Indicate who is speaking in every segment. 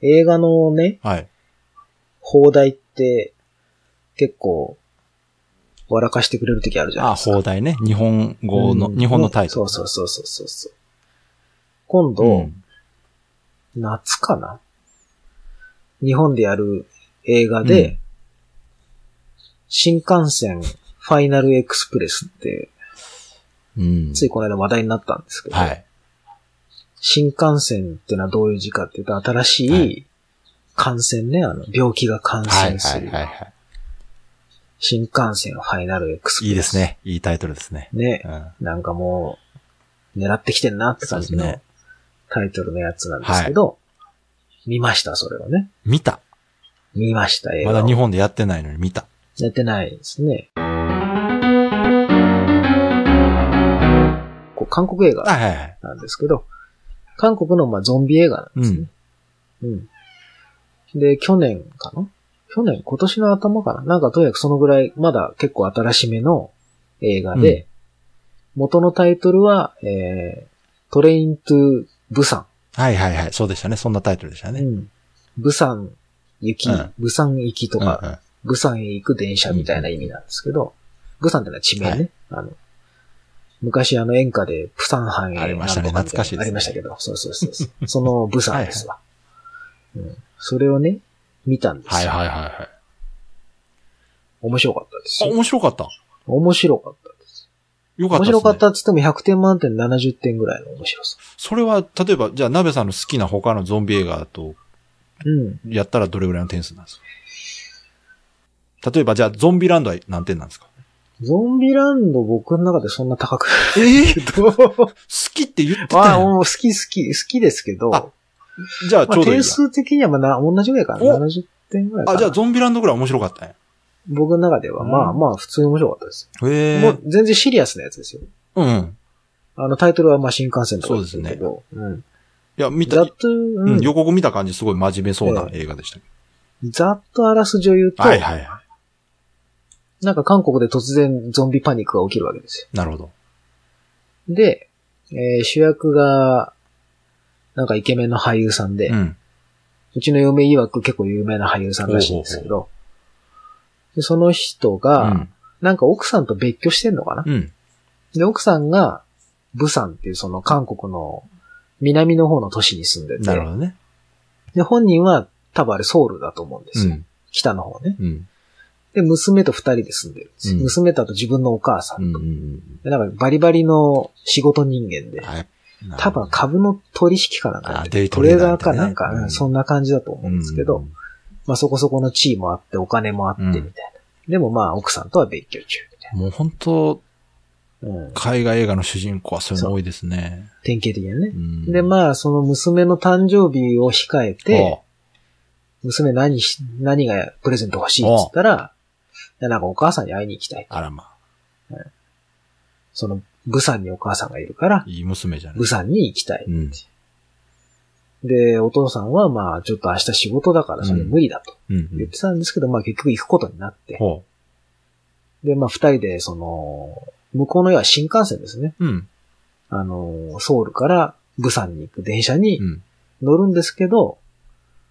Speaker 1: 映画のね、
Speaker 2: はい。
Speaker 1: 放題って、結構、笑かしてくれる時あるじゃない
Speaker 2: あ、
Speaker 1: ですか。
Speaker 2: 放題ね。日本語の、
Speaker 1: うん
Speaker 2: 日本のタイト
Speaker 1: そ
Speaker 2: ル。
Speaker 1: うそうそうそうそうそう。今度、
Speaker 2: うん
Speaker 1: 夏かな日本でやる映画で、
Speaker 2: うん
Speaker 1: 新幹線ファイナルエクスプレスって、
Speaker 2: うん。
Speaker 1: ついこの間話題になったんですけど、
Speaker 2: はい。
Speaker 1: 新幹線ってのはどういう字かっていうと、新し
Speaker 2: はい
Speaker 1: 感染ね、あの、病気が感
Speaker 2: はい、
Speaker 1: 染
Speaker 2: は
Speaker 1: す
Speaker 2: い、
Speaker 1: る。
Speaker 2: はいは
Speaker 1: 新幹線ファイナルエクスプ
Speaker 2: い。
Speaker 1: レス。
Speaker 2: いいです。ね。いいタイトルですね。
Speaker 1: ね
Speaker 2: う、ん。
Speaker 1: なんかもう、狙ってきてんなって
Speaker 2: そ
Speaker 1: 感
Speaker 2: うで
Speaker 1: じ
Speaker 2: す
Speaker 1: の
Speaker 2: ね。
Speaker 1: タイトルのやつなんですけど、見ました、それをね。
Speaker 2: 見た。
Speaker 1: 見ました、映画
Speaker 2: ま
Speaker 1: を。
Speaker 2: だ日本でやってないのに見た。
Speaker 1: やってないですね。こう韓国映
Speaker 2: は
Speaker 1: 画
Speaker 2: い、はい、はい。
Speaker 1: なんですけど、韓国のまあゾンビ映画なんですね。うん。で、去年かな去年、今年の頭かななんかとにかくそのぐらい、まだ結構新しめの映画で、元のタイトルは、えー、トレイントゥブサ
Speaker 2: はい、はい、はい。そうでしたね。そんなタイトルでした
Speaker 1: ン。
Speaker 2: ね。
Speaker 1: う
Speaker 2: うん
Speaker 1: ん。ブサン行き、
Speaker 2: うん
Speaker 1: ブサン行きと
Speaker 2: うん
Speaker 1: か、釜山へ行く電車みたいな意味なんですけど、釜山ってのは地名ね。あの、昔あの演歌で釜山藩へ
Speaker 2: ありましたね
Speaker 1: なんとみ
Speaker 2: 懐かしい
Speaker 1: た
Speaker 2: で
Speaker 1: なあ
Speaker 2: すね
Speaker 1: りましたけど、そうそうそうそう。 その釜山ですわ。うん。それをね、見たんですよ。
Speaker 2: はい、はい、はい、はい。
Speaker 1: 面白かったです
Speaker 2: あ、
Speaker 1: よ。
Speaker 2: 面白かった。
Speaker 1: 面白かったです。
Speaker 2: よかった
Speaker 1: 面
Speaker 2: です、ね。
Speaker 1: 白かったっつっても100点満点70点ぐらいの面白さ。
Speaker 2: それは、例えば、じゃあ、鍋さんの好きな他のゾンビ映画と
Speaker 1: うん。
Speaker 2: やったらどれぐらいの点数なんですか例えば、じゃあ、ゾンビランドは何点なんですか
Speaker 1: ゾンビランド僕の中でそんな高く ない
Speaker 2: ええ
Speaker 1: けど。
Speaker 2: 好きって言ってた
Speaker 1: まあ、
Speaker 2: よ。
Speaker 1: もう好き好き、好きですけど、
Speaker 2: あじゃあ、
Speaker 1: ま
Speaker 2: ち
Speaker 1: あ、
Speaker 2: ょうど
Speaker 1: 点
Speaker 2: いいや。
Speaker 1: 数的にはまあな同じぐらいかな。
Speaker 2: お
Speaker 1: 70点ぐらいか
Speaker 2: あ、
Speaker 1: な。
Speaker 2: じゃあ、ゾンビランドぐらい面白かったね。
Speaker 1: 僕の中では、まあ
Speaker 2: うん
Speaker 1: まあ、普通に面白かったですよ。
Speaker 2: へ
Speaker 1: も
Speaker 2: え
Speaker 1: う。全然シリアスなやつですよ。
Speaker 2: うん。
Speaker 1: あの、タイトルはまあ新幹線とかですけど。うん。
Speaker 2: いや、見た、
Speaker 1: ざっ
Speaker 2: う、
Speaker 1: と、うんん。
Speaker 2: 予告見た感じすごい真面目そうな映画でしたけ
Speaker 1: ざっとあらす女優と
Speaker 2: ど。、はいはいは
Speaker 1: なんか韓国で突然ゾンビパニックが起きるわけです
Speaker 2: い。なるほど。
Speaker 1: よ。で、えー主役が、なんかイケメンの俳優さんで、う
Speaker 2: うん。
Speaker 1: ちの嫁曰く結構有名な俳優さんらしいんですけど、でその人が、なんか奥さんと別居してんのかな
Speaker 2: うん。うん。
Speaker 1: で、奥さんが、釜山っていうその韓国の南の方の都市に住んでて、
Speaker 2: なるほどね。
Speaker 1: で、本人は多分あれソウルだと思うんで
Speaker 2: う
Speaker 1: すよ。
Speaker 2: ん。
Speaker 1: 北の方ね。
Speaker 2: うん。
Speaker 1: で、娘と二人で住んでるんですよ、
Speaker 2: うん
Speaker 1: 娘とあと自分のお母さん。
Speaker 2: うんうん
Speaker 1: でなんかバリバリの仕事人間
Speaker 2: うん。
Speaker 1: で、
Speaker 2: はい。なるほど
Speaker 1: 多分株の取引かなんかやって
Speaker 2: あデイ
Speaker 1: ト
Speaker 2: ト
Speaker 1: レ
Speaker 2: レ
Speaker 1: ー
Speaker 2: ー
Speaker 1: ダ
Speaker 2: ダ
Speaker 1: ー
Speaker 2: ー
Speaker 1: かなんか、
Speaker 2: みたいなね
Speaker 1: うんそんな感じだと思うんですけど、
Speaker 2: うん
Speaker 1: まあそこそこの地位もあって、お金もあって、みたいな。
Speaker 2: うん
Speaker 1: でもまあ奥さんとは別居中、みたい
Speaker 2: もう本当、
Speaker 1: な。うん
Speaker 2: 海外映画の主人公はそういうの多いですね。
Speaker 1: 典型的なね。
Speaker 2: うん
Speaker 1: で、まあ、その娘の誕生日を控えて、娘何し、何がプレゼント欲しいって言ったら、いやなんかお母さんに会いに行きたい。
Speaker 2: ああらま
Speaker 1: その、武山にお母さんがいるから
Speaker 2: あ、、いい娘じゃない
Speaker 1: 武山に行きたい。
Speaker 2: うん。
Speaker 1: で、お父さんはまあ、ちょっと明日仕事だからそれ無理だと
Speaker 2: うんう
Speaker 1: 言っ
Speaker 2: ん。
Speaker 1: てたんですけど、まあ結局行くことになって、
Speaker 2: ほ
Speaker 1: で、まあ二人で、その、向こうの家は新幹線ですね。
Speaker 2: う。うん。
Speaker 1: あの、ソウルから武山に行く電車に
Speaker 2: うん。
Speaker 1: 乗るんですけど、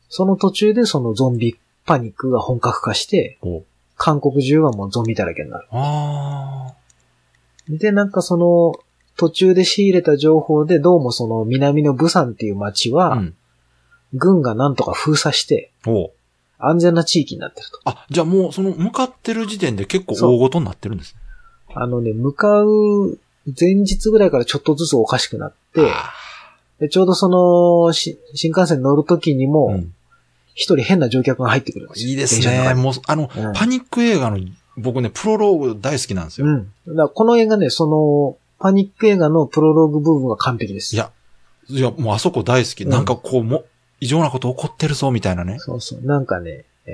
Speaker 1: その途中でそのゾンビパニックが本格化して、
Speaker 2: ほう。
Speaker 1: 韓国中はもうゾンビだらけになる。
Speaker 2: あ
Speaker 1: で、なんかその、途中で仕入れた情報で、どうもその南の武山っていう町
Speaker 2: あ。
Speaker 1: は、
Speaker 2: うん。
Speaker 1: 軍がなんとか封鎖して、
Speaker 2: ほう。
Speaker 1: 安全な地域になってると。
Speaker 2: あ、じゃあもうその向かってる時点で結構
Speaker 1: そう
Speaker 2: 大ごとになってるんですね。
Speaker 1: あのね、向かう前日ぐらいからちょっとずつおかしくなって、
Speaker 2: あ
Speaker 1: でちょうどその、し新幹線乗る時に
Speaker 2: ーう
Speaker 1: も、
Speaker 2: ん
Speaker 1: 一人変な乗客が入ってくるんですよ。
Speaker 2: いいです
Speaker 1: 電車
Speaker 2: ね。
Speaker 1: の中に
Speaker 2: もう、あの、
Speaker 1: うん
Speaker 2: パニック映画の、僕ね、プロローグ大好きなんですよ。
Speaker 1: うん。だからこの映画ね、その、パニック映画のプロローグ部分が完璧です。
Speaker 2: いやいや、もうあそこ大好き。
Speaker 1: うん
Speaker 2: なんかこう、も、異常なこと起こってるぞ、みたいなね。
Speaker 1: そうそう。なんかね、え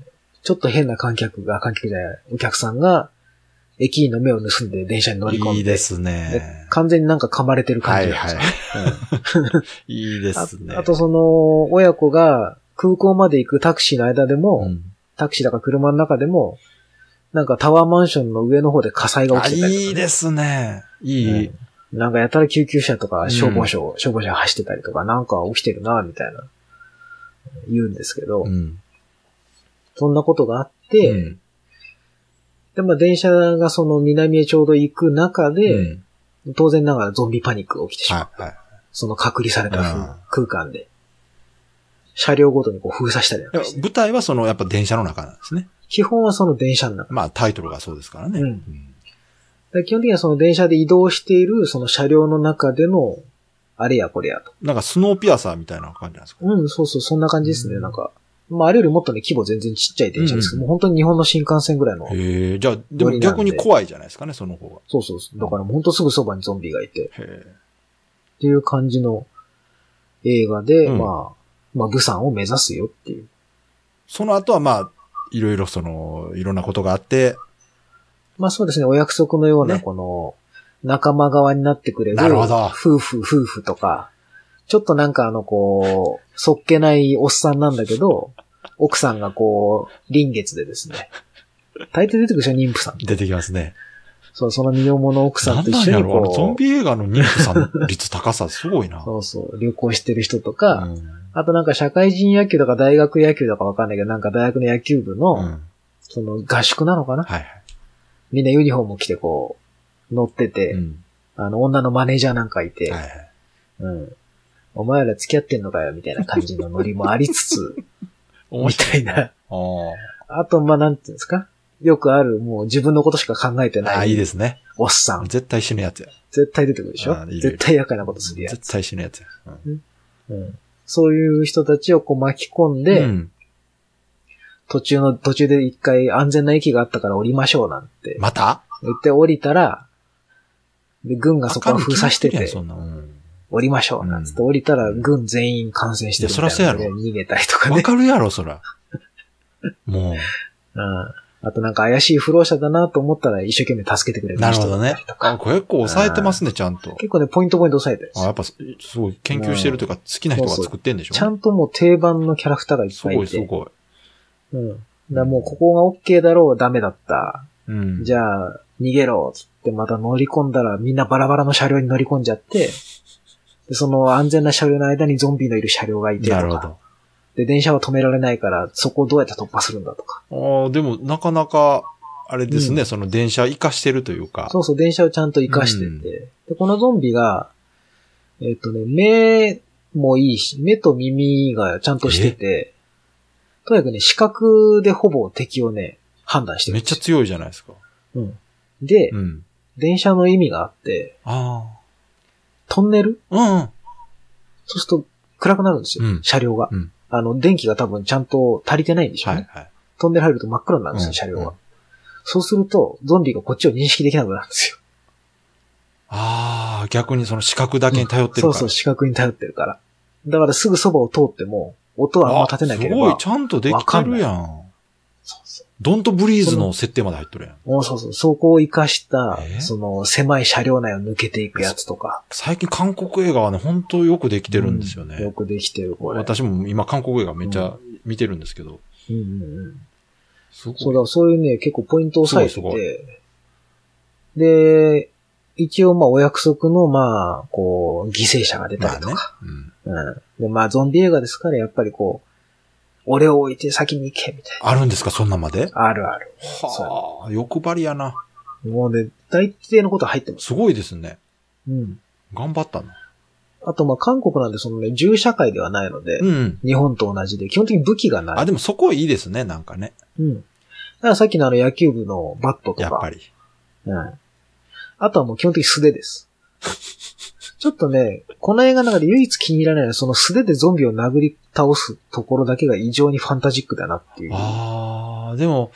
Speaker 1: ー、ちょっと変な観客が、観客じゃない、お客さんが、駅員の目を盗んで電車に乗り込んで。
Speaker 2: いいです
Speaker 1: で
Speaker 2: ね。
Speaker 1: 完全になんか噛まれてる感じなんですよ。
Speaker 2: いいです
Speaker 1: うん
Speaker 2: ね。
Speaker 1: ああとその、親子が空港まで行くタクシーの間でも、
Speaker 2: うん
Speaker 1: タクシーだから車の中でも、なんかタワーマンションの上の方で火災が
Speaker 2: あ、
Speaker 1: 起きてたりとかね、
Speaker 2: いいですね。いい。
Speaker 1: うんなんかやたら救急車とか
Speaker 2: うん
Speaker 1: 消防署、消防車走ってたりとか、なんか起きてるな、みたいな。言うんですけど、
Speaker 2: うん。
Speaker 1: そんなことがあって、
Speaker 2: うん
Speaker 1: で、まあ電車がその南へちょうど行く中
Speaker 2: う
Speaker 1: で、
Speaker 2: ん
Speaker 1: 当然ながらゾンビパニックが起きてしまう。
Speaker 2: はい、はい。
Speaker 1: その隔離された
Speaker 2: うん
Speaker 1: 空間で。車両ごとにこう封鎖したりなん
Speaker 2: い
Speaker 1: か
Speaker 2: や
Speaker 1: して。
Speaker 2: 舞台はその、やっぱ電車の中なんですね。
Speaker 1: 基本はその電車の中。
Speaker 2: まあタイトルがそうですからね。
Speaker 1: うんで基本的にはその電車で移動しているその車両の中での、あれやこれやと。
Speaker 2: なんかスノーピアサーみたいな感じなんですか
Speaker 1: うん、そうそう、そんな感じですね。
Speaker 2: うん
Speaker 1: なんか、まああれよりもっとね、規模全然ちっちゃい電車ですけど、
Speaker 2: うん
Speaker 1: もう本当に日本の新幹線ぐらいの。
Speaker 2: へえ、じゃあ、で
Speaker 1: 無
Speaker 2: も
Speaker 1: 理なんで
Speaker 2: 逆に怖いじゃないですかね、その方
Speaker 1: そうそうそう。だからもう本当すぐそばにゾンビがいて、
Speaker 2: が。へ
Speaker 1: っていう感じの映画で、
Speaker 2: うん
Speaker 1: まあ、まあ、武山を目指すよっていう。
Speaker 2: その後はまあ、いろいろその、いろんなことがあって、
Speaker 1: まあそうですね、お約束のような
Speaker 2: ね
Speaker 1: この、仲間側になってくれる、
Speaker 2: なるほど
Speaker 1: 夫婦、夫婦とか、ちょっとなんかあの、こう、そっけないおっさんなんだけど、奥さんがこう、臨月でですね、大抵出てくるでしょ、妊婦さん。
Speaker 2: 出てきますね。
Speaker 1: そう、その身重の奥さ
Speaker 2: なんん
Speaker 1: と
Speaker 2: なん
Speaker 1: 一緒
Speaker 2: や
Speaker 1: に
Speaker 2: ろあのゾン
Speaker 1: こう、
Speaker 2: ビ映画の妊婦さんの率高さすごいな。
Speaker 1: そうそう、旅行してる人と
Speaker 2: う
Speaker 1: か、
Speaker 2: ん。
Speaker 1: あとなんか社会人野球とか大学野球とかわかんないけど、なんか大学の野球部
Speaker 2: うん
Speaker 1: の、
Speaker 2: はい
Speaker 1: その合宿なのかな
Speaker 2: はい。
Speaker 1: みんなユニフォーム着てこう、乗ってて、
Speaker 2: うん
Speaker 1: あの、女のマネージャーなんかいて、
Speaker 2: はいはい
Speaker 1: うん。お前ら付き合ってんのかよ、みたいな感じのノリもありつつ、
Speaker 2: 面
Speaker 1: み
Speaker 2: 白い。
Speaker 1: たいな。
Speaker 2: あー
Speaker 1: あと、まあ、なんていうんですかよくある、もう自分のことしか考えて
Speaker 2: あ
Speaker 1: な
Speaker 2: ー、
Speaker 1: い。
Speaker 2: いいですね。
Speaker 1: おっさん。
Speaker 2: 絶対死ぬやつや。
Speaker 1: 絶対出てくるでしょ
Speaker 2: あいる
Speaker 1: 絶対厄介なことするや
Speaker 2: 絶
Speaker 1: つ。
Speaker 2: 対死ぬやつや。うん
Speaker 1: うん。そういう人たちをこう巻き込んで、
Speaker 2: うん
Speaker 1: 途中の、途中で一回安全な駅があったから降りましょうなんて。
Speaker 2: また
Speaker 1: 言って降りたら、で、軍がそこ
Speaker 2: あ
Speaker 1: を
Speaker 2: かん
Speaker 1: 封鎖して
Speaker 2: 気持
Speaker 1: て
Speaker 2: ち悪いやん、そんなうん
Speaker 1: 降りましょう、なんつって降りたら、軍全員感染してるみたいな。
Speaker 2: いやそらそうやろ
Speaker 1: 逃げたりとか
Speaker 2: わ
Speaker 1: ね。
Speaker 2: かるやろ、そら。も
Speaker 1: うん。あとなんか怪しい不老者だなと思ったら一生懸命助けてくれ
Speaker 2: う。
Speaker 1: る
Speaker 2: なるほ
Speaker 1: 人
Speaker 2: ど
Speaker 1: だっ
Speaker 2: ね
Speaker 1: たりと。か。
Speaker 2: あ結構抑えてますね、ちゃんと。
Speaker 1: 結構ね、ポイントポイント押さえてるんです
Speaker 2: あ
Speaker 1: よ
Speaker 2: やっぱ、すすごい研究してるというか、好きな人が作ってんでしょ
Speaker 1: ちゃんともう定番のキャラクターがいっ
Speaker 2: す
Speaker 1: ぱい
Speaker 2: ご
Speaker 1: い
Speaker 2: い、す
Speaker 1: て。
Speaker 2: ごい。
Speaker 1: うん。だからもうここが OK だろう、ダメだった。
Speaker 2: うん。
Speaker 1: じゃあ、逃げろ、つってまた乗り込んだらみんなバラバラの車両に乗り込んじゃって、でその安全な車両の間にゾンビのいる車両がいてと
Speaker 2: なる
Speaker 1: か。
Speaker 2: ほ
Speaker 1: で、電車は止められないから、そこをどうやって突破するんだとか。
Speaker 2: ど。ああ、でも、なかなか、あれですね、その電車活かしてるというか。
Speaker 1: そうそう、電車をちゃんと活かしてて。
Speaker 2: うん
Speaker 1: で、このゾンビが、えっ、とね、目もいいし、目と耳がちゃんとしてて、とにかくね、視覚でほぼ敵をね、判断してる
Speaker 2: め
Speaker 1: ん
Speaker 2: っ
Speaker 1: です
Speaker 2: ちゃ
Speaker 1: よ。
Speaker 2: 強いじゃないですか。
Speaker 1: うん。で、
Speaker 2: うん。
Speaker 1: 電車の意味があって、
Speaker 2: あ
Speaker 1: トンネル
Speaker 2: あ。うんうん。
Speaker 1: そうすると暗くなるんですよ、
Speaker 2: うん
Speaker 1: 車両が、
Speaker 2: うん
Speaker 1: あの、電気が多分ちゃんと足りてないんでしょ
Speaker 2: は
Speaker 1: う
Speaker 2: い
Speaker 1: ね。
Speaker 2: はい。
Speaker 1: トンネル入ると真っ暗になるんですよ、
Speaker 2: うん
Speaker 1: 車両
Speaker 2: う
Speaker 1: が
Speaker 2: ん。
Speaker 1: そうすると、ゾンビがこっちを認識できなくなるんですよ。
Speaker 2: ああ、逆にその視覚だけに頼って
Speaker 1: そ
Speaker 2: る
Speaker 1: う
Speaker 2: から。
Speaker 1: そう、視覚に頼ってるから。だからすぐそばを通っても、音はあんま立てなければ。
Speaker 2: あすごい、ちゃんとできてるやん。
Speaker 1: そうそ
Speaker 2: ドントブリーズの設定まで入っとるやん。
Speaker 1: う。もうそうそう、そこを活かした
Speaker 2: え、
Speaker 1: その、狭い車両内を抜けていくやつとか。
Speaker 2: 最近韓国映画はね、本当よくできてるんですよね。
Speaker 1: うんよくできてる、これ。
Speaker 2: 私も今韓国映画めっちゃ見てるんですけど。
Speaker 1: うんうんうん。
Speaker 2: す
Speaker 1: そう
Speaker 2: ごい。
Speaker 1: だ、そういうね、結構ポイントを押さえ
Speaker 2: す
Speaker 1: て
Speaker 2: ごい
Speaker 1: て。で、一応まあお約束のまあ、こう、犠牲者が出た
Speaker 2: まあ
Speaker 1: りと
Speaker 2: ね
Speaker 1: か。。
Speaker 2: うん
Speaker 1: うん。で、まあゾンビ映画ですから、やっぱりこう、俺を置いて先に行け、みたい
Speaker 2: あるんですか、そんなんまで
Speaker 1: な。あるある。
Speaker 2: はあ、欲張りやな。
Speaker 1: もうね、大抵のこと入ってます。
Speaker 2: すごいですね。
Speaker 1: うん。
Speaker 2: 頑張ったな。
Speaker 1: あとまあ韓国なんでそのね、銃社会ではないので、
Speaker 2: うん。
Speaker 1: 日本と同じで、基本的に武器がな
Speaker 2: あ、
Speaker 1: い。
Speaker 2: でもそこいいですね、なんかね。
Speaker 1: うん。だからさっきのあの野球部のバットとか。
Speaker 2: やっぱり。
Speaker 1: うん。あとはもう基本的に素手 です。ちょっとね、この映画の中で唯一気に入らないのは、その素手でゾンビを殴り倒すところだけが異常にファンタジックだなっていう。
Speaker 2: ああ、でも、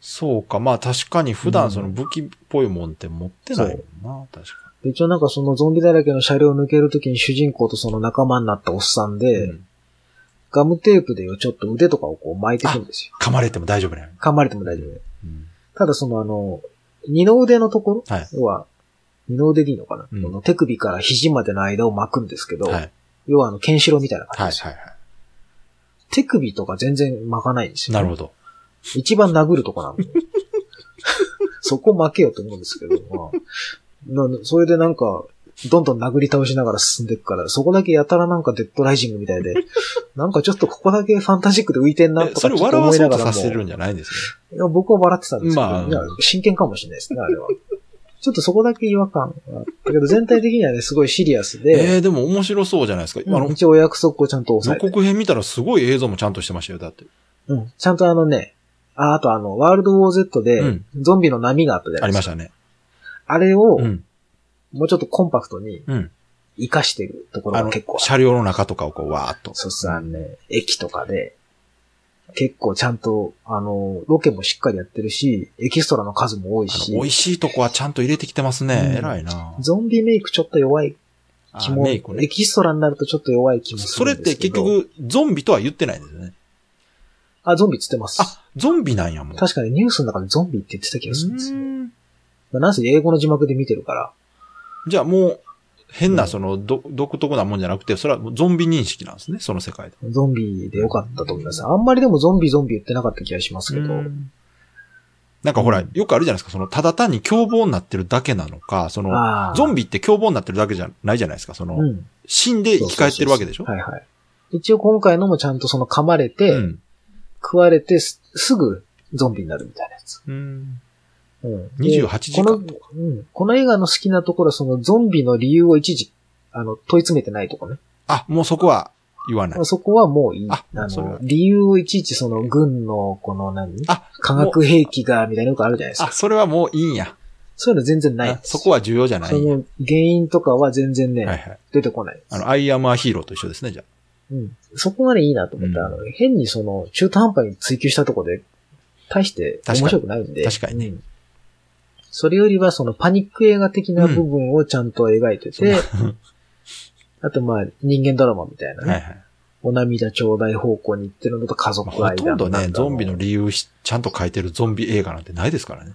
Speaker 2: そうか。まあ確かに普段その武器っぽいもんって持ってないもんな、確か
Speaker 1: で一応なんかそのゾンビだらけの車両を抜けるときに主人公とその仲間になったおっさん
Speaker 2: に。
Speaker 1: で、
Speaker 2: うん
Speaker 1: ガムテープでちょっと腕とかをこう巻いていくんですよ。
Speaker 2: 噛まれても大丈夫ね。
Speaker 1: 噛まれても大丈夫で。
Speaker 2: うん
Speaker 1: ただそのあの、二の腕のところ
Speaker 2: はい
Speaker 1: 要は、二の腕でいいのかな、
Speaker 2: うん
Speaker 1: この手首から肘までの間を巻くんですけど、
Speaker 2: はい。
Speaker 1: 要はあの、ケンシロウみたいな
Speaker 2: はい、
Speaker 1: 感じですよ、
Speaker 2: はい、は
Speaker 1: 手首とか全然巻かないんです
Speaker 2: い。
Speaker 1: よ。
Speaker 2: なるほど。
Speaker 1: 一番殴るとこなの。 そこ負けよと思うんですけど、まあなそれでなんか、どんどん殴り倒しながら進んでいくから、そこだけやたらなんかデッドライジングみたいで、なんかちょっとここだけファンタジックで浮いてんなとか
Speaker 2: そ
Speaker 1: ち
Speaker 2: れ
Speaker 1: ょっと
Speaker 2: 笑わ
Speaker 1: 思い
Speaker 2: そ
Speaker 1: な
Speaker 2: う
Speaker 1: が
Speaker 2: と
Speaker 1: らも。
Speaker 2: させるんじゃないんですよ。
Speaker 1: いや僕は笑ってたんですけど、
Speaker 2: まあ
Speaker 1: いや真剣かもしれないですね、あれは。 ちょっとそこだけ違和感があったけど、全体的にはね、すごいシリアス
Speaker 2: え
Speaker 1: で、
Speaker 2: えー、でも面白そうじゃないですか。今あの、
Speaker 1: 一応お約束をちゃんと押さ
Speaker 2: 予
Speaker 1: えて、
Speaker 2: 告編見たらすごい映像もちゃんとしてましたよ、だって。
Speaker 1: うん。ちゃんとあのね、ああとあの、ワールドウォー Z
Speaker 2: う
Speaker 1: で
Speaker 2: ん、
Speaker 1: ゾンビの波があったじゃな
Speaker 2: あ
Speaker 1: い
Speaker 2: り
Speaker 1: で
Speaker 2: ますし
Speaker 1: か。
Speaker 2: たね。
Speaker 1: あれを
Speaker 2: う、ん。
Speaker 1: もうちょっとコンパクトに
Speaker 2: うん。
Speaker 1: 活かしてるところ
Speaker 2: あ
Speaker 1: が
Speaker 2: の
Speaker 1: 結構、ある
Speaker 2: 車両の中とかをこう、わーっと。
Speaker 1: そうそう、あのね、駅とかで、結構ちゃんと、あの、ロケもしっかりやってるし、エキストラの数も多い
Speaker 2: あの
Speaker 1: し
Speaker 2: 美、味しいとこはちゃんと入れてきてますね。
Speaker 1: うん
Speaker 2: 偉いな
Speaker 1: ゾンビメイクちょっと弱い
Speaker 2: あ
Speaker 1: 気
Speaker 2: ー
Speaker 1: も、
Speaker 2: メイク
Speaker 1: エ
Speaker 2: ね。
Speaker 1: キストラになるとちょっと弱い気もす
Speaker 2: そ
Speaker 1: るん
Speaker 2: れっ
Speaker 1: で
Speaker 2: て
Speaker 1: すけ
Speaker 2: 結
Speaker 1: ど。
Speaker 2: 局、ゾンビとは言ってないんですよね。
Speaker 1: あ、ゾンビつってます。
Speaker 2: あ、ゾンビなんやもん。
Speaker 1: 確かにニュースの中でゾンビって言ってた気がするんです
Speaker 2: う
Speaker 1: よ。
Speaker 2: ん
Speaker 1: なんせ英語の字幕で見てるから。
Speaker 2: じゃあもう、変
Speaker 1: うん
Speaker 2: な、その、ど独特なもんじゃなくて、それはもうゾンビ認識なんですね、その世界で。
Speaker 1: ゾンビでよかったと思います。あんまりでもゾンビゾンビ言ってなかった気がしますけど。
Speaker 2: なんかほら
Speaker 1: うん、
Speaker 2: よくあるじゃないですか、その、ただ単に凶暴になってるだけなのか、その、
Speaker 1: あー
Speaker 2: ゾンビって凶暴になってるだけじゃないじゃないですか、その、
Speaker 1: うん。
Speaker 2: 死んで生き返ってるわけでしょ
Speaker 1: はいはい。一応今回のもちゃんとその噛まれて、
Speaker 2: うん
Speaker 1: 食われてすすぐゾンビになるみたいなやつ。
Speaker 2: うん。
Speaker 1: うん、
Speaker 2: 28時間
Speaker 1: でこの、うん。この映画の好きなところはそのゾンビの理由を一時、あの、問い詰めてないとこね。
Speaker 2: あ、もうそこは言わない。
Speaker 1: そこはもういい。あ
Speaker 2: あそれ
Speaker 1: の
Speaker 2: は、
Speaker 1: 理由をいちいちその軍のこの何
Speaker 2: あ
Speaker 1: 化学兵器が、みたいなのがあるじゃないです
Speaker 2: あ、
Speaker 1: か。
Speaker 2: それはもういいんや。
Speaker 1: そういうの全然ない
Speaker 2: あそこは重要じゃない
Speaker 1: そ
Speaker 2: んや。
Speaker 1: の原因とかは全然ね、
Speaker 2: はいはい。
Speaker 1: 出てこないです
Speaker 2: あの、アイアムアヒーローと一緒ですね、じゃ
Speaker 1: うん。そこがね、いいなと思って、
Speaker 2: うん
Speaker 1: あの、変にその、中途半端に追求したとこで、大して
Speaker 2: 確かに
Speaker 1: 面白くないんで。
Speaker 2: 確かにね
Speaker 1: うんそれよりは、そのパニック映画的な部分をちゃんと描いてて、 あとまあ、人間ドラマみたいな
Speaker 2: あ。
Speaker 1: ね、
Speaker 2: はいはい。
Speaker 1: お涙頂戴方向に行ってるのと家族
Speaker 2: まあ
Speaker 1: 愛
Speaker 2: ほ
Speaker 1: だ
Speaker 2: とんど
Speaker 1: な
Speaker 2: ね、
Speaker 1: だ
Speaker 2: ゾンビの理由しちゃんと書いてるゾンビ映画なんてないですからね。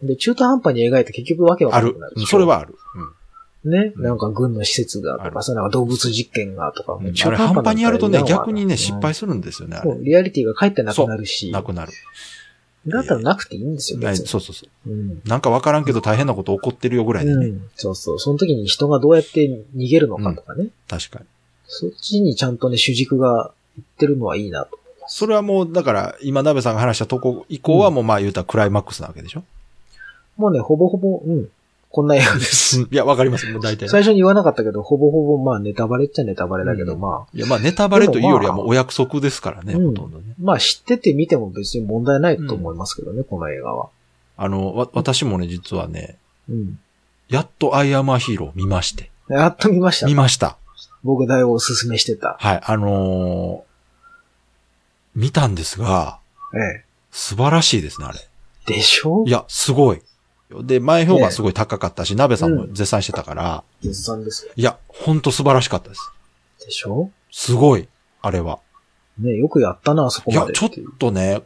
Speaker 1: うん。で、中途半端に描いて結局わけわか
Speaker 2: あ
Speaker 1: んな
Speaker 2: る
Speaker 1: くなる。
Speaker 2: う
Speaker 1: で
Speaker 2: ん
Speaker 1: しょ。
Speaker 2: それはある。うん
Speaker 1: ね、なんか軍の施設がと
Speaker 2: あ
Speaker 1: か、
Speaker 2: る
Speaker 1: さ、なんか動物実験がとか、もう
Speaker 2: あ
Speaker 1: 中
Speaker 2: れ
Speaker 1: 途半端
Speaker 2: 半端にやるとね、逆にね、失
Speaker 1: 敗
Speaker 2: 敗するんですよね、あ
Speaker 1: そう
Speaker 2: れ。
Speaker 1: リアリティが返ってなくなるし。
Speaker 2: なくなる。
Speaker 1: だったらなくていいんですよ、
Speaker 2: ない
Speaker 1: 別に。
Speaker 2: そうそうそう。
Speaker 1: うん。
Speaker 2: なんかわからんけど大変なこと起こってるよぐらいで
Speaker 1: う
Speaker 2: ね。
Speaker 1: ん。そうそう。その時に人がどうやって逃げるのかとかね。
Speaker 2: 確かに。
Speaker 1: そっちにちゃんとね、主軸がいってるのはいいなと。
Speaker 2: それはもう、だから、今、鍋さんが話したとこ以降はもう、まあ言うたらクライマックスなわけでしょ
Speaker 1: もうね、ほぼほぼ、うん。こんな映画 です。
Speaker 2: うんいや、わかります。もう大体。
Speaker 1: 最初に言わなかったけど、ほぼほぼ、まあ、ネタバレっちゃネタバレだけど、
Speaker 2: うん
Speaker 1: まあ、
Speaker 2: いや、まあ、ネタバレというよりは
Speaker 1: でもまあ
Speaker 2: もうお約束ですからね、
Speaker 1: うん
Speaker 2: ほとんどね。
Speaker 1: まあ、知ってて見ても別に問題ないと思いますけどね、この映画は。
Speaker 2: あの、わ、私もね、実はね、
Speaker 1: うん。
Speaker 2: やっとアイアマヒーロー見まして。
Speaker 1: やっと見ました
Speaker 2: 見。ました。
Speaker 1: 僕だいぶおすすめしてた。
Speaker 2: はい、あのー見たんですが、
Speaker 1: え
Speaker 2: 素晴らしいですね、あれ。
Speaker 1: え。でしょ
Speaker 2: いや、すごい。で、前評判すごい高かったし、鍋さんも絶賛してたから、
Speaker 1: 絶賛ですよ。
Speaker 2: いや、ほんと素晴らしかったです。
Speaker 1: でしょ
Speaker 2: すごい、あれは。
Speaker 1: ねよくやったな、あそこ
Speaker 2: い
Speaker 1: ま
Speaker 2: や
Speaker 1: で、
Speaker 2: ちょ
Speaker 1: っ
Speaker 2: って
Speaker 1: いう。
Speaker 2: とね、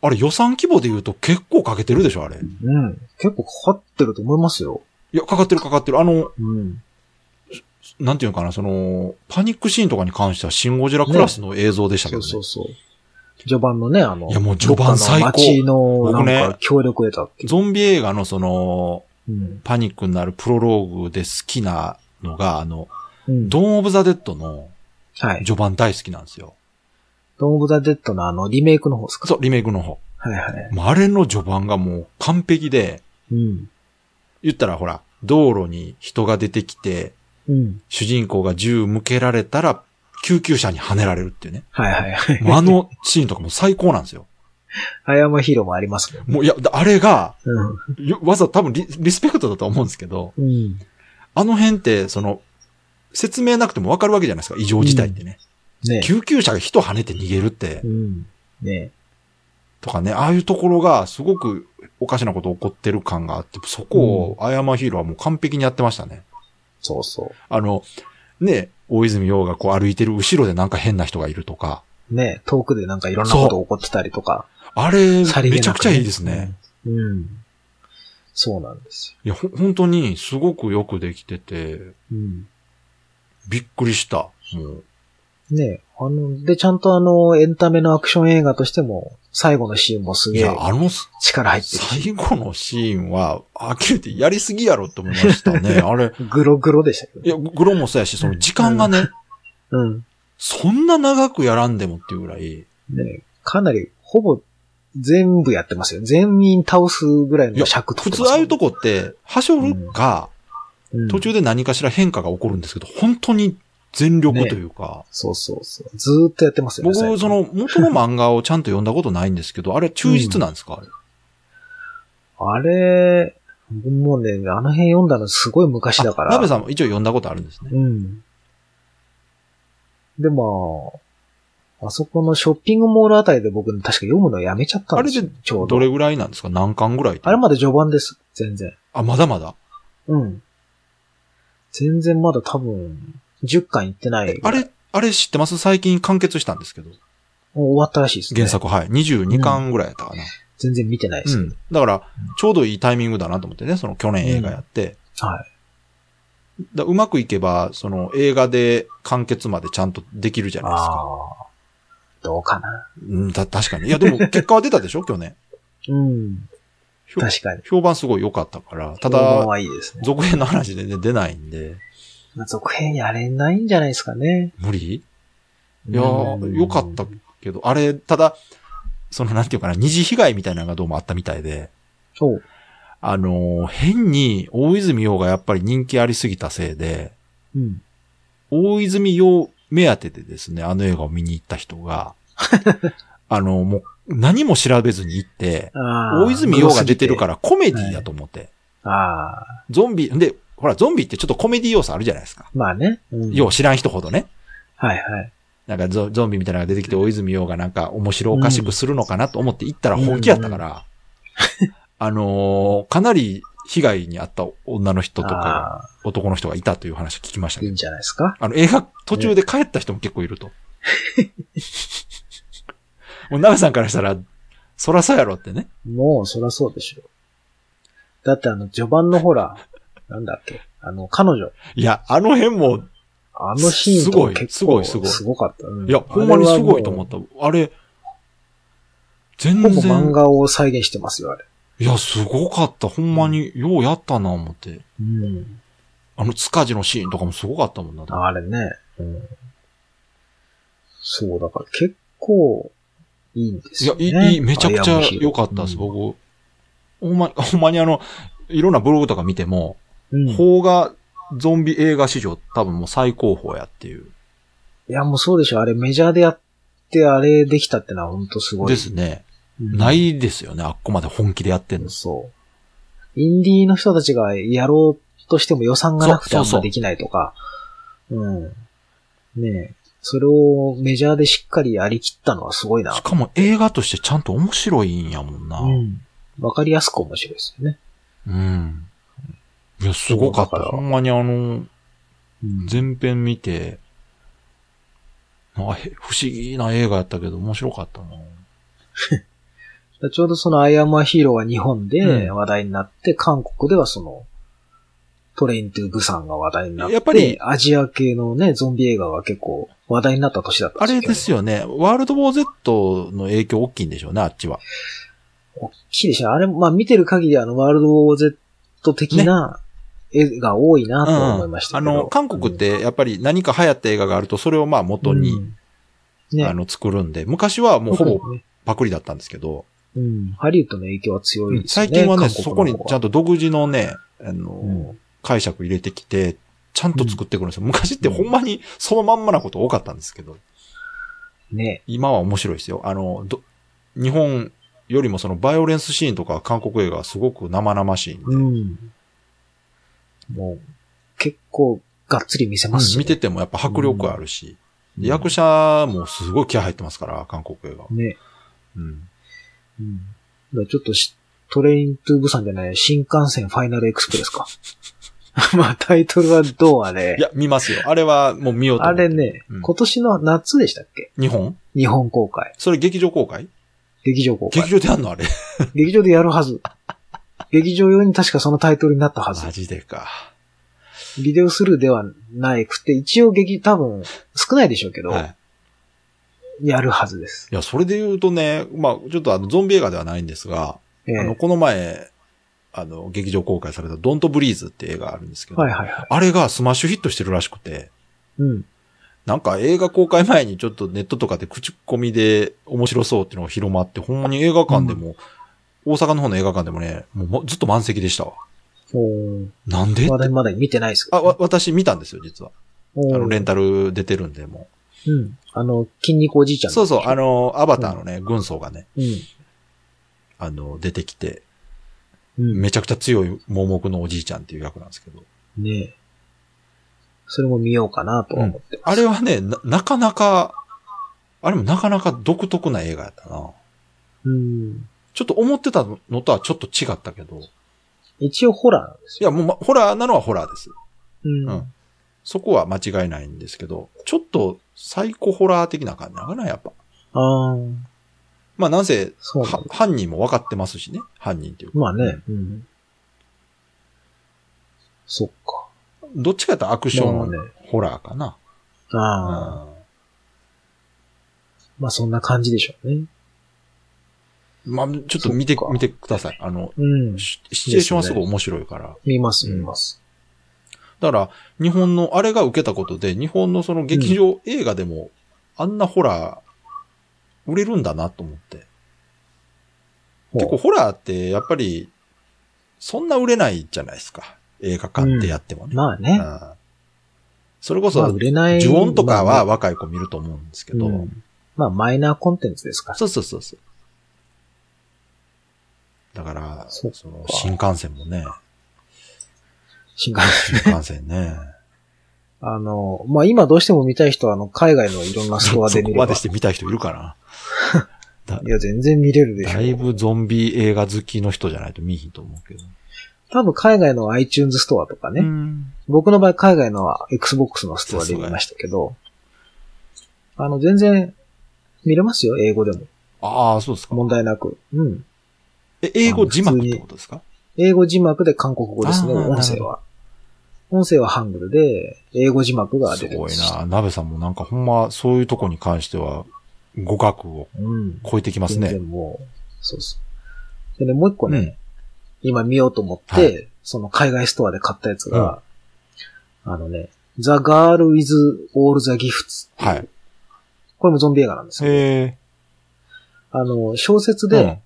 Speaker 2: あれ予算規模で言うと結構かけてるでしょ、あれ。い
Speaker 1: うん。結構かかってると思いますよ。
Speaker 2: や、かかってるかかってる。あの、
Speaker 1: うん。
Speaker 2: なんていうのかな、その、パニックシーンとかに関しては、シン・ゴジラクラスの映像でしたけ
Speaker 1: そ
Speaker 2: ど
Speaker 1: う
Speaker 2: ね。
Speaker 1: そうそう。序盤のね、あの、
Speaker 2: いやもう序盤最高
Speaker 1: どっかの街の、
Speaker 2: 僕ね
Speaker 1: なんか、協力を得たっていう。
Speaker 2: ゾンビ映画のその、
Speaker 1: うん。
Speaker 2: パニックになるプロローグで好きなのが、あの、
Speaker 1: うん。
Speaker 2: ドーン・オブ・ザ・デッドの
Speaker 1: はい。
Speaker 2: 序盤大好きなんですよ。
Speaker 1: ドン・オブ・ザ・デッドのあの、リメイクの方ですか
Speaker 2: そう、リメイクの方。
Speaker 1: はいはい。
Speaker 2: もうあれの序盤がもう完璧で、
Speaker 1: うん。
Speaker 2: 言ったらほら、道路に人が出てきて、
Speaker 1: うん。
Speaker 2: 主人公が銃向けられたら、救急車に跳ねられるってい うね。
Speaker 1: はいはいはい。
Speaker 2: もうあのシーンとかも最高なんですよ。
Speaker 1: アヤマヒーローもありますもんね。
Speaker 2: もういや、あれが、
Speaker 1: うん。
Speaker 2: よわざ多分リリスペクトだと思うんですけど、
Speaker 1: うん。
Speaker 2: あの辺って、その、説明なくてもわかるわけじゃないですか、異常事態ってね。
Speaker 1: ね
Speaker 2: 救急車が人跳ねて逃げるって
Speaker 1: う、ん。ね
Speaker 2: とかね、ああいうところがすごくおかしなこと起こってる感があって、そこを、アヤマヒーローはもう完璧にやってましたね。
Speaker 1: そうそ
Speaker 2: あの、ね、大泉洋がこう歩いてる後ろでなんか変な人がいるとか、
Speaker 1: う。ね遠くでなんかいろんなこと起こってたりとか。
Speaker 2: あれ、
Speaker 1: さりげなく
Speaker 2: め
Speaker 1: ね
Speaker 2: ちゃくちゃいいですね。
Speaker 1: うん。そうなんです
Speaker 2: いや、ほ本当にすごくよくできてて、
Speaker 1: よ。うん。
Speaker 2: びっくりした。もう、
Speaker 1: ねあの、で、ちゃんとあの、エンタメのアクション映画としても、最後のシーンもす
Speaker 2: い
Speaker 1: げえ
Speaker 2: や、あの、
Speaker 1: 力入ってるし、
Speaker 2: 最後のシーンは、あきれてやりすぎやろって思いました ね。あれ、
Speaker 1: グログロでしたけど
Speaker 2: い
Speaker 1: ね。
Speaker 2: や、グロもそうやし、その時間がね、
Speaker 1: うん。
Speaker 2: そんな長くやらんでもっていうぐらい、
Speaker 1: ねかなり、ほぼ、全部やってますよ。全員倒すぐらい
Speaker 2: い
Speaker 1: の
Speaker 2: や、
Speaker 1: 尺取
Speaker 2: 普
Speaker 1: ってます
Speaker 2: 通ああいうとこって、はしょる
Speaker 1: う
Speaker 2: か、
Speaker 1: ん
Speaker 2: 途中で何かしら変化が起こるんですけど、本当に全力というか、
Speaker 1: そうそうそう。ずーっとやってますよね。最後
Speaker 2: 僕、そ、の元の漫画をちゃんと読んだことないんですけど、あれは忠実なんですか、あれ
Speaker 1: あれ、もうね、あの辺読んだのすごい昔だから。
Speaker 2: あ鍋さんも一応読んだことあるんですね。
Speaker 1: うん。で、まあ、あそこのショッピングモールあたりで僕確か読むのやめちゃったんですよ。
Speaker 2: あれで
Speaker 1: ちょうど。
Speaker 2: どれぐらいなんですか何巻ぐらい
Speaker 1: あれまだ序盤です。全然。
Speaker 2: あ、まだまだ。
Speaker 1: うん。全然まだ多分、10巻いってない。
Speaker 2: あれ、あれ知ってます最近完結したんですけど。
Speaker 1: もう終わったらしいですね。
Speaker 2: 原作、はい。22巻ぐらいやったかな。
Speaker 1: 全然見てないで
Speaker 2: う
Speaker 1: す。
Speaker 2: ん。だから、ちょうどいいタイミングだなと思ってね、その去年映画やって。
Speaker 1: は
Speaker 2: だうまくいけば、その映画で完結までちゃんとできるじゃ
Speaker 1: い。
Speaker 2: ないです
Speaker 1: あ
Speaker 2: か。
Speaker 1: あ。どうかな。
Speaker 2: うん、た、確かに。いや、でも 結果は出たでしょ去年。
Speaker 1: うん。
Speaker 2: ひょ
Speaker 1: 確かに。
Speaker 2: 評判すごい良かったから。た
Speaker 1: 評判
Speaker 2: だ、
Speaker 1: はいいですね。
Speaker 2: 続編の話で、ね、出ないんで。
Speaker 1: まあ続編やれないんじゃないですかね。
Speaker 2: 無理いや
Speaker 1: うん
Speaker 2: ー、良かったけど、あれ、ただ、その、なんていうかな、二次被害みたいなのがどうもあったみたいで、
Speaker 1: そう。
Speaker 2: あのー変に、大泉洋がやっぱり人気ありすぎたせいで、
Speaker 1: うん。
Speaker 2: 大泉洋目当てでですね、あの映画を見に行った人 が、あのーもう、何も調べずに行って、
Speaker 1: 大。
Speaker 2: 大泉洋が出てるかららコメディやと思って、
Speaker 1: ああ、
Speaker 2: ゾンビ、で、ほら、ゾンビってちょっとコメディ要素あるじゃないですか。
Speaker 1: まあね。うん
Speaker 2: よう知らん人ほどね。
Speaker 1: はいはい。
Speaker 2: なんかゾゾンビみたいなのが出てきて、大泉洋がなんか面白おかしくするのかなと思って行ったら本気やったから、 あのーかなり被害に遭った女の人とか、
Speaker 1: あ
Speaker 2: 男の人がいたという話聞きました
Speaker 1: あ、い
Speaker 2: け
Speaker 1: い
Speaker 2: ど
Speaker 1: ん、じゃないですか。
Speaker 2: あの映画途中で帰った人も結構いると。 もう、ナベさんからしたら、そらそうやろってね。
Speaker 1: もう、そらそうでしょ。だってあの、序盤のほら、 なんだっけ、あの、彼女、
Speaker 2: いや、あの辺も、
Speaker 1: あのシーンとか結
Speaker 2: すご
Speaker 1: 構
Speaker 2: いすごいすごい
Speaker 1: すごかった。う
Speaker 2: いや、ほんまにすごいと思
Speaker 1: っ
Speaker 2: った。あれ、全
Speaker 1: ほぼ漫
Speaker 2: 然、
Speaker 1: 画を再現してますよ、あれ。
Speaker 2: いや、すごかった。ほんまに、ようやったな、思って。
Speaker 1: うん。
Speaker 2: あの、塚地のシーンとかもすごかったもんな。
Speaker 1: あれね。うん。そう、だから結構、いいんです
Speaker 2: いや
Speaker 1: よ、ね。
Speaker 2: いいいい、めちゃくち
Speaker 1: あ
Speaker 2: ゃ
Speaker 1: れは面白い
Speaker 2: 良かったです、
Speaker 1: うん
Speaker 2: 僕。ほんま に、ほんまにあの、いろんなブログとか見ても、
Speaker 1: うんい
Speaker 2: 邦画ゾンビ映画史上多分もう最高峰やっていう。
Speaker 1: や、もうそうでしょ。あれメジャーでやって、あれできたってのは本当すごい。
Speaker 2: ですね。
Speaker 1: うん
Speaker 2: ないですよね、あっこまで本気でやってんの。
Speaker 1: そう。インディーの人たちがやろうとしても予算がなくて
Speaker 2: そ
Speaker 1: あ
Speaker 2: うんそうそう
Speaker 1: まできないとか。うん。ねえ。それをメジャーでしっかりやりきったのはすごいな
Speaker 2: し。かも映画としてちゃんと面白いんやもんな。
Speaker 1: うん。わかりやすく面白いですよね。
Speaker 2: うん。いや、すごかっ
Speaker 1: そうだ
Speaker 2: た。
Speaker 1: から
Speaker 2: ほんまにあの、
Speaker 1: うん
Speaker 2: 前編見て、なんかへ不思議な映画やったけど面白かったな。
Speaker 1: ちょうどそのアイアムアヒーローが日本で
Speaker 2: うん
Speaker 1: 話題になって、韓国ではその、トレイントゥブサンが話題になって、
Speaker 2: やっぱり
Speaker 1: アジア系のね、ゾンビ映画が結構話題になった年だった
Speaker 2: あ
Speaker 1: ん
Speaker 2: れ
Speaker 1: けど
Speaker 2: ですよね。ワールドウォー Z の影響大きいんでしょうね、あっちは。
Speaker 1: 大きいでしょ。あれ、まあ見てる限りあの、ワールドウォー Z 的な絵が多いなとは思いました
Speaker 2: あ
Speaker 1: けど、
Speaker 2: の、韓国ってやっぱり何か流行った映画があると、それをまあ元に、
Speaker 1: うんね、
Speaker 2: あの作るんで、昔はもうほぼ
Speaker 1: 特にね
Speaker 2: パクリだったんですけど、
Speaker 1: うん、ハリウッドの影響は強いですよ
Speaker 2: 最
Speaker 1: ね。
Speaker 2: 近はね、
Speaker 1: 韓国
Speaker 2: そこにちゃん
Speaker 1: の
Speaker 2: と独自のね、あの、
Speaker 1: 方は、
Speaker 2: 解釈入れてきて、ちゃんと作ってくるんですよ。昔ってほんまにそのまんまなこと多かったんですけど、
Speaker 1: うんね、
Speaker 2: 今は面白いですよ。あの、ど日本よりもそのバイオレンスシーンとか韓国映画はすごく生々しいんで、
Speaker 1: うん。もう、結構、がっつり見せますよ
Speaker 2: 見
Speaker 1: ね、
Speaker 2: ててもやっぱ迫力あるし、で役者もすごい気合入ってますから、韓国映画は。
Speaker 1: ね。
Speaker 2: うん
Speaker 1: うん。だからちょっとし、トレイントゥーブサンじゃない、新幹線ファイナルエクスプレスか。 まあ、タイトルはどうあれ
Speaker 2: い。や、見ますよ。あれはもう見ようと思
Speaker 1: あ
Speaker 2: っ
Speaker 1: れ
Speaker 2: て
Speaker 1: ね、
Speaker 2: うん
Speaker 1: 今年の夏でしたっけ
Speaker 2: 日本
Speaker 1: 日本公開。
Speaker 2: それ劇場公開
Speaker 1: 劇場公開
Speaker 2: 劇。場であんのあれ。
Speaker 1: 劇場でやるはず。劇場用に確かそのタイトルになったはず
Speaker 2: マ。ジでか。
Speaker 1: ビデオスルーではないくて、一応劇、多分、少ないでしょうけど、
Speaker 2: はい。
Speaker 1: やるはずです。
Speaker 2: いや、それで言うとね、まあ、ちょっとあの、ゾンビ映画ではないんですが、
Speaker 1: ええ
Speaker 2: あの、この前、あの、劇場公開されたドントブリーズって映画あるんですけど、
Speaker 1: はいはいはい。
Speaker 2: あれがスマッシュヒットしてるらしくて、
Speaker 1: うん。
Speaker 2: なんか映画公開前にちょっとネットとかで口コミで面白そうっていうのが広まって、ほんまに映画館でも、大阪の方の映画館でもね、もうもうずっと満席でしたわ。
Speaker 1: お
Speaker 2: なんで
Speaker 1: 話題まだ見てないですけど
Speaker 2: あ、わ、私見たんですよ、実は。
Speaker 1: おー
Speaker 2: あの、レンタル出てるんで、も
Speaker 1: うん。あの、筋肉おじいちゃ
Speaker 2: う。
Speaker 1: ん。
Speaker 2: そうそう、あの、アバターのね、軍曹がね、
Speaker 1: う
Speaker 2: あの、出てきて、
Speaker 1: ん。うん。
Speaker 2: めちゃくちゃ強い盲目のおじいちゃんっていう役なんですけど。
Speaker 1: ねえ。それも見ようかなとは思ってま
Speaker 2: あ
Speaker 1: す。
Speaker 2: れはね、な、なかなか、あれもなかなか独特な映画やったな。
Speaker 1: うん。
Speaker 2: ちょっと思ってたのとはちょっと違ったけど。
Speaker 1: 一応ホラーなんです
Speaker 2: いや、
Speaker 1: よ。
Speaker 2: もう、ま、ホラーなのはホラーです。
Speaker 1: うん
Speaker 2: うんそこは間違いないんですけど、ちょっとサイコホラー的な感じなのかな、やっぱ。
Speaker 1: ああ、
Speaker 2: まあ、なんせ、
Speaker 1: そうなん
Speaker 2: は
Speaker 1: だ。
Speaker 2: 犯人も分かってますしね。犯人っていうか。
Speaker 1: まあね。うん。そっか。
Speaker 2: どっちかというとアクショ
Speaker 1: まあ
Speaker 2: ン、
Speaker 1: ね
Speaker 2: ホラーかな。
Speaker 1: ああ、まあそんな感じでしょうね。
Speaker 2: うんまあ、ちょっと見て
Speaker 1: そっ、か
Speaker 2: 見てください。あの、
Speaker 1: うん。
Speaker 2: シシチュエーションはすごい面白いから。
Speaker 1: 見ます、
Speaker 2: うん
Speaker 1: 見ます。
Speaker 2: だから、日本の、あれが受けたことで、日本のその劇場映画でも、あんなホラー、売れるんだなと思って。結構
Speaker 1: ほ
Speaker 2: ホラーって、やっぱり、そんな売れないじゃないですか。映画館でやっても
Speaker 1: う
Speaker 2: ね。
Speaker 1: まあね。
Speaker 2: うんそれこ
Speaker 1: まあ
Speaker 2: そ
Speaker 1: 売、れない。
Speaker 2: 呪音とか
Speaker 1: まあ
Speaker 2: は
Speaker 1: ね
Speaker 2: 若い子見ると思うんですけど、
Speaker 1: うんまあマイナーコンテンツですから。
Speaker 2: そうそうそうそう。だから、
Speaker 1: そ
Speaker 2: そ
Speaker 1: っか
Speaker 2: の新幹線もね、
Speaker 1: 新幹線
Speaker 2: 新幹 線ね、
Speaker 1: あの、まあ今どうしても見たい人は、あの、海外のいろんなス
Speaker 2: そ
Speaker 1: トアで
Speaker 2: こ
Speaker 1: 見れ
Speaker 2: ま
Speaker 1: ば。
Speaker 2: で
Speaker 1: い
Speaker 2: して見たい人いるかな。
Speaker 1: や、全然見れるでしょ
Speaker 2: だいぶゾンビ映画好きの人じゃないと見ひんと思うけど。
Speaker 1: 多分海外の iTunes ストアとかね、
Speaker 2: うん
Speaker 1: 僕の場合海外の Xbox のストアで見ましたけど、あの、全然見れますよ、英語でも。
Speaker 2: ああ、そうですか。
Speaker 1: 問題なく。うん。
Speaker 2: え、英語字幕ってことですか
Speaker 1: 英語字幕で韓国語ですね、
Speaker 2: あー
Speaker 1: 音声は。音声はハングルで、英語字幕が
Speaker 2: す
Speaker 1: 出て
Speaker 2: ご
Speaker 1: ま
Speaker 2: い
Speaker 1: す。
Speaker 2: な。鍋さんもなんかほんまそういうとこに関しては語学を
Speaker 1: うん。
Speaker 2: 超えてきます
Speaker 1: 全
Speaker 2: ね。
Speaker 1: 然もう、そうそう。でね、もう一個
Speaker 2: う
Speaker 1: ね、
Speaker 2: ん。
Speaker 1: 今見ようと思って、
Speaker 2: は
Speaker 1: その海外ストアで買ったやつが、あのね、The Girl with All the Gifts。
Speaker 2: はい。
Speaker 1: これもゾンビ映画なんですよ。
Speaker 2: へ
Speaker 1: あの、小説
Speaker 2: え。
Speaker 1: で、
Speaker 2: うん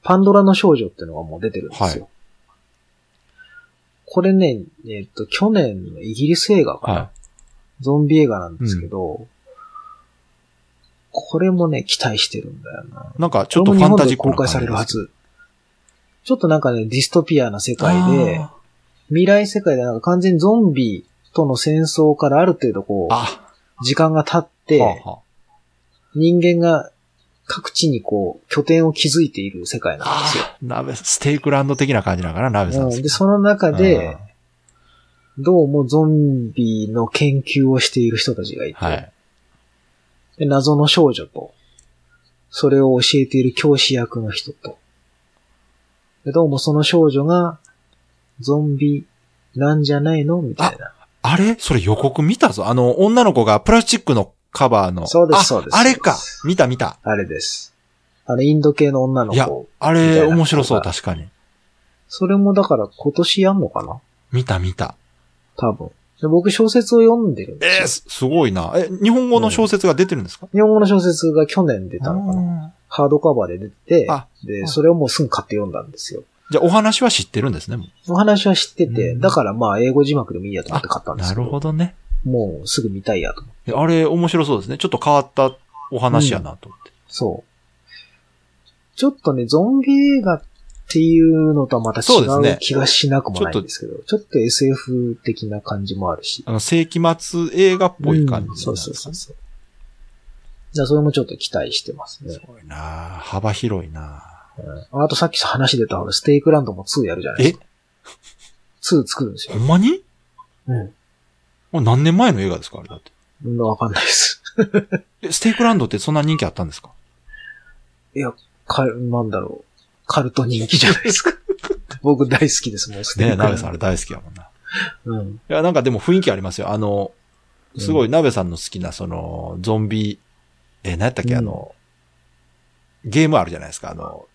Speaker 1: パンドラの少女っていうのがもう出てるんですよ。これね、えっと、去年のイギリス映画かな、
Speaker 2: は
Speaker 1: ゾンビ映画なんですけど、これもね、期待してるんだよな。
Speaker 2: い。なんかちょっとファンタジック
Speaker 1: これも日本で公
Speaker 2: な感
Speaker 1: 開
Speaker 2: じ
Speaker 1: されるは
Speaker 2: です
Speaker 1: ず。ちょっとなんかね、ディストピアな世
Speaker 2: けど。
Speaker 1: 界で、
Speaker 2: あ
Speaker 1: 未来世界でなんか完全にゾンビとの戦争からある程度こ
Speaker 2: ーあ、
Speaker 1: う、時間が経っ
Speaker 2: は
Speaker 1: て、
Speaker 2: あは
Speaker 1: 人間が各地にこう、拠点を築いている世界なんですよ。
Speaker 2: あ、鍋、ステークランド的な感じだから、鍋さん
Speaker 1: うんで、その中で、どうもゾンビの研究をしている人たちがいて、
Speaker 2: はい。
Speaker 1: で謎の少女と、それを教えている教師役の人と、でどうもその少女が、ゾンビなんじゃないのみたいな。
Speaker 2: あれそれ予告見たぞ。あの、女の子がプラスチックのカバーの。
Speaker 1: そうです
Speaker 2: あ
Speaker 1: そうです
Speaker 2: あれか
Speaker 1: そうです。
Speaker 2: 見た見た。
Speaker 1: あれです。あの、インド系の女の
Speaker 2: いや
Speaker 1: 子。、
Speaker 2: あ
Speaker 1: みた
Speaker 2: れ
Speaker 1: いな
Speaker 2: 面白そう、確かに。
Speaker 1: それもだから今年やんのかな
Speaker 2: 見た見た。
Speaker 1: 多分。で僕小説を読んでるんです
Speaker 2: え
Speaker 1: よ
Speaker 2: ー。すすごいな。え、日本語の小説が出てるんですか、
Speaker 1: 日本語の小説が去年出たのかな
Speaker 2: あー
Speaker 1: ハードカバーで出て
Speaker 2: あ、
Speaker 1: で、
Speaker 2: あ
Speaker 1: それをもうすぐ買って読んだんですよ。
Speaker 2: じゃあお話は知ってるんですね、もう
Speaker 1: お話は知ってて、
Speaker 2: うん
Speaker 1: だからまあ英語字幕でもいいやと思
Speaker 2: あ
Speaker 1: って買ったんです
Speaker 2: な
Speaker 1: けど、
Speaker 2: るほどね。
Speaker 1: もうすぐ見たいやと思って。
Speaker 2: あれ面白そうですね。ちょっと変わったお話やなと思って。
Speaker 1: そう。ちょっとね、ゾンビ映画っていうのとはまた違
Speaker 2: そうです
Speaker 1: う
Speaker 2: ね
Speaker 1: 気がしなくもないんですけど、ちょっと SF 的な感じもあるし。
Speaker 2: あの、世紀末映画っぽい感じ、
Speaker 1: うんそうそうそうそう。じゃあそれもちょっと期待してますね
Speaker 2: す。ごいなあ幅広いなあ
Speaker 1: うんあとさっき話出たほら、ステイクランドも2やるじゃないで
Speaker 2: え
Speaker 1: すか。2作るんですよ
Speaker 2: ほ。んまに
Speaker 1: うん
Speaker 2: もう何年前の映画ですかあれだって。
Speaker 1: うん。わかんないです。
Speaker 2: え、ステークランドってそんな人気あったんですか
Speaker 1: か、なんだろう。カルト人気じゃないです か。僕大好きですもん、ス
Speaker 2: ねえ、
Speaker 1: テー
Speaker 2: 鍋
Speaker 1: キ
Speaker 2: さんあれ大好きやもんな。
Speaker 1: うん。
Speaker 2: いや、なんかでも雰囲気ありますよ。あの、すご
Speaker 1: う
Speaker 2: い鍋さんの好きな、その、ゾンビえー何やったっけ、
Speaker 1: うん
Speaker 2: あの、ゲームあるじゃないですか、あの、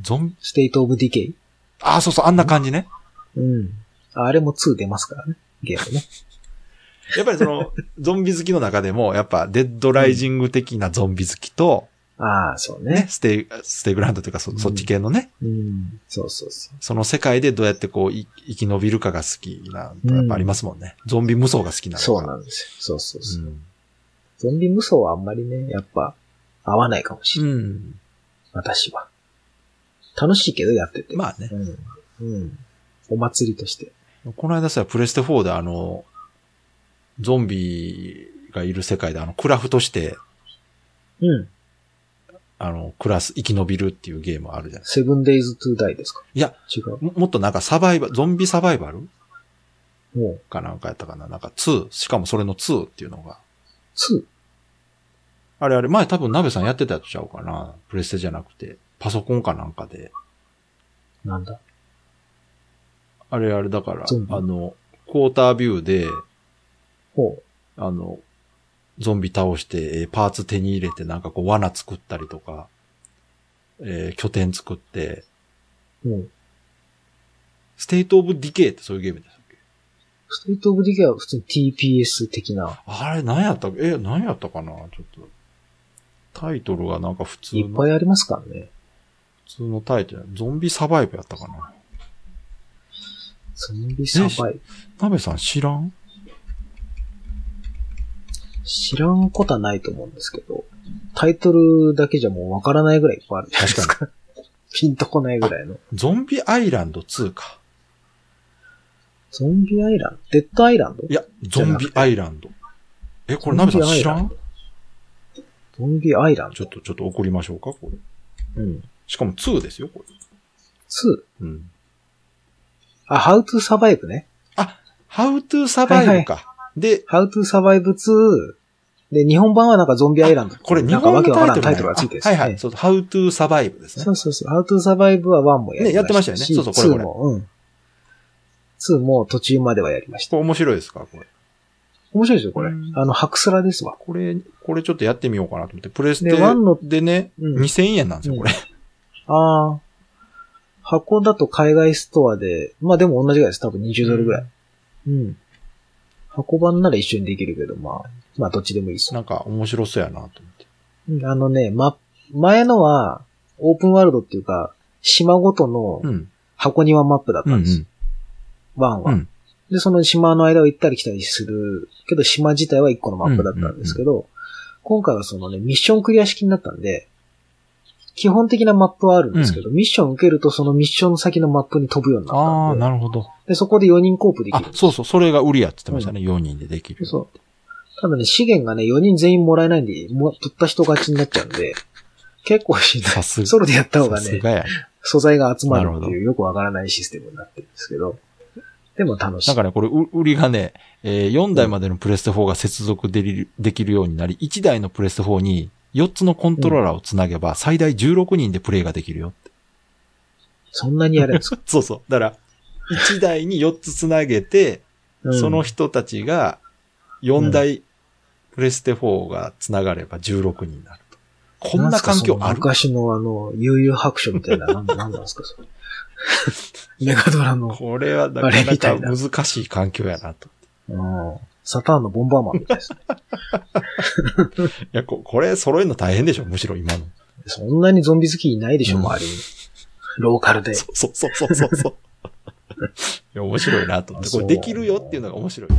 Speaker 2: ゾンビ、
Speaker 1: ステイトオブディケイ。
Speaker 2: あ、そうそう、あんな感じね。
Speaker 1: うん。ああれも2出ますからね。ゲームね。
Speaker 2: やっぱりそ の、ゾンビ好きの中でも、やっぱ、デッドライジング的なゾンビ好きと、
Speaker 1: ああ、そう
Speaker 2: ね
Speaker 1: ね、。
Speaker 2: ステイ、ステイグランドというかそ、
Speaker 1: うん
Speaker 2: そっち系のね、
Speaker 1: うん。そうそうそ
Speaker 2: その世界でどうやってこう、い生き延びるかが好きな、やっぱありますもんね。ゾンビ無双が好きな
Speaker 1: う。
Speaker 2: のか
Speaker 1: そうなんですよ。そうそうそう。
Speaker 2: うん
Speaker 1: ゾンビ無双はあんまりね、やっぱ、合わないかもしれない。
Speaker 2: うん。
Speaker 1: 私は。楽しいけどやってて。
Speaker 2: まあね。
Speaker 1: うん。うん。お祭りとして。
Speaker 2: この間さ、プレステ4であの、ゾンビがいる世界であの、クラフトして、
Speaker 1: うん。
Speaker 2: あの、クラス、生き延びるっていうゲームあるじゃない
Speaker 1: セブンデイズ・トゥ・ダイですか
Speaker 2: いや、
Speaker 1: 違う。
Speaker 2: ももっとなんかサバイバル、ゾンビサバイバル
Speaker 1: もう、
Speaker 2: かなんかやったかななんか2、しかもそれの2っていうのが。
Speaker 1: 2。
Speaker 2: あれあれ、前多分鍋さんやってたやつちゃうかなプレステじゃなくて、パソコンかなんかで。
Speaker 1: なんだ。
Speaker 2: あれあれだから
Speaker 1: ゾン、ビ
Speaker 2: あの、クォータービューで、
Speaker 1: ほ
Speaker 2: あの、ゾンビ倒して、えーパーツ手に入れて、なんかこう罠作ったりとか、えー拠点作って、
Speaker 1: う。もう。
Speaker 2: ステートオブディケイってそういうゲームでしたっけ
Speaker 1: ストリート・オブ・ディケイは普通に TPS 的な、
Speaker 2: あれ何やったえー、何やったかなちょっと。タイトルがなんか普通
Speaker 1: いっ
Speaker 2: の、
Speaker 1: ぱ
Speaker 2: 普
Speaker 1: いありますからね。
Speaker 2: 通のタイトル。ゾンビサバイブやったかな
Speaker 1: ゾンビサバイ。
Speaker 2: ナベさん知らん
Speaker 1: 知らんことはないと思うんですけど、タイトルだけじゃもうわからないぐらいいっぱいあるじゃないですか。 ピンとこないぐらいの。
Speaker 2: ゾンビアイランド2か。
Speaker 1: ゾンビアイランドデッドアイランド
Speaker 2: いや、ゾンビアイランド。え、これナベさん知らん
Speaker 1: ゾンビアイランド
Speaker 2: ちょっと、ちょっと送りましょうか、これ。
Speaker 1: うん。
Speaker 2: しかも2ですよ、こ
Speaker 1: 2。
Speaker 2: れ。うん。
Speaker 1: あ、How to Survive ね。
Speaker 2: How to survive か。で、
Speaker 1: How to Survive 2。で、日本版はなんかゾンビアイランド。
Speaker 2: これ日
Speaker 1: なんか
Speaker 2: 本
Speaker 1: わ
Speaker 2: の
Speaker 1: けわから
Speaker 2: タ
Speaker 1: んタイ
Speaker 2: イトル
Speaker 1: トルがついてるんです
Speaker 2: は
Speaker 1: よ
Speaker 2: い
Speaker 1: ね
Speaker 2: はい。そう、How to survive ですね
Speaker 1: そ。うそうそう。How to Survive は1もやりました。
Speaker 2: ねやってましたよねそうそうこれこれ
Speaker 1: 2も、うん。2も途中まではやりました。
Speaker 2: これ面白いですかこれ。
Speaker 1: 面白いですよ、これ。
Speaker 2: うん
Speaker 1: あの、白スラですわ。
Speaker 2: これ、これちょっとやってみようかなと思って。プレステ
Speaker 1: でワンの
Speaker 2: でね、
Speaker 1: うん
Speaker 2: 2000円なんですよ、これ。
Speaker 1: ああ。箱だと海外ストアで、まあでも同じぐらいです。多分20ドルぐらい。うん。箱版なら一緒にできるけど、まあ、まあどっちでもいいです。
Speaker 2: なんか面白そうやなと思って。
Speaker 1: うんあのね、ま、前のは、オープンワールドっていうか、島ごとの
Speaker 2: うん。
Speaker 1: 箱庭マップだったんです。ワン
Speaker 2: う
Speaker 1: は、
Speaker 2: ん。
Speaker 1: で、その島の間を行ったり来たりするけど、島自体は一個のマップだったんですけど、今回はそのね、ミッションクリア式になったんで、基本的なマップはあるんですけど、ミッション受けるとそのミッションの先のマップに飛ぶようにな
Speaker 2: あ
Speaker 1: った
Speaker 2: あ、
Speaker 1: んで、
Speaker 2: なるほど。
Speaker 1: でそこで4人コープでき
Speaker 2: あ
Speaker 1: る、。
Speaker 2: そうそう、それが売りやって言ってましたね。4人でできる。
Speaker 1: そう。ただね、資源がね、4人全員もらえないんで、も取った人勝ちになっちゃうんで、結構しんどい
Speaker 2: さすが。
Speaker 1: ソロでやった方が
Speaker 2: さす
Speaker 1: ね、
Speaker 2: がや。
Speaker 1: 素材が集まる
Speaker 2: な
Speaker 1: っ
Speaker 2: る
Speaker 1: て
Speaker 2: ほど
Speaker 1: いうよくわからないシステムになってるんですけど、でも楽しい。
Speaker 2: だからこれ、う売りがね、えー4台までのプレステ4が接続できるできるようになり、1台のプレステ4に4つのコントローラーをつなげば、最大16人でプレイができるよ。
Speaker 1: そんなにやれるんです か、
Speaker 2: そうそう。だから、1台に4つつなげて、
Speaker 1: うん
Speaker 2: その人たちが4台プレステ4がつながれば16人になると。こんな環境あ
Speaker 1: なん
Speaker 2: る
Speaker 1: すかその昔のあの、悠々白書みたいな、 なんなんなんですか、それ。メガドラの、
Speaker 2: これはなか
Speaker 1: あれみ
Speaker 2: な
Speaker 1: た
Speaker 2: か
Speaker 1: いな
Speaker 2: 難しい環境やなと。
Speaker 1: うん、サターンのボンバーマンみたいですね。
Speaker 2: いや、ここれ揃えるの大変でしょむしろ今の。
Speaker 1: そんなにゾンビ好きいないでしょ、
Speaker 2: うん
Speaker 1: 周りに。ローカルで。
Speaker 2: そう そうそうそうそう。いや、面白いなと思って。これできるよっていうのが面白い。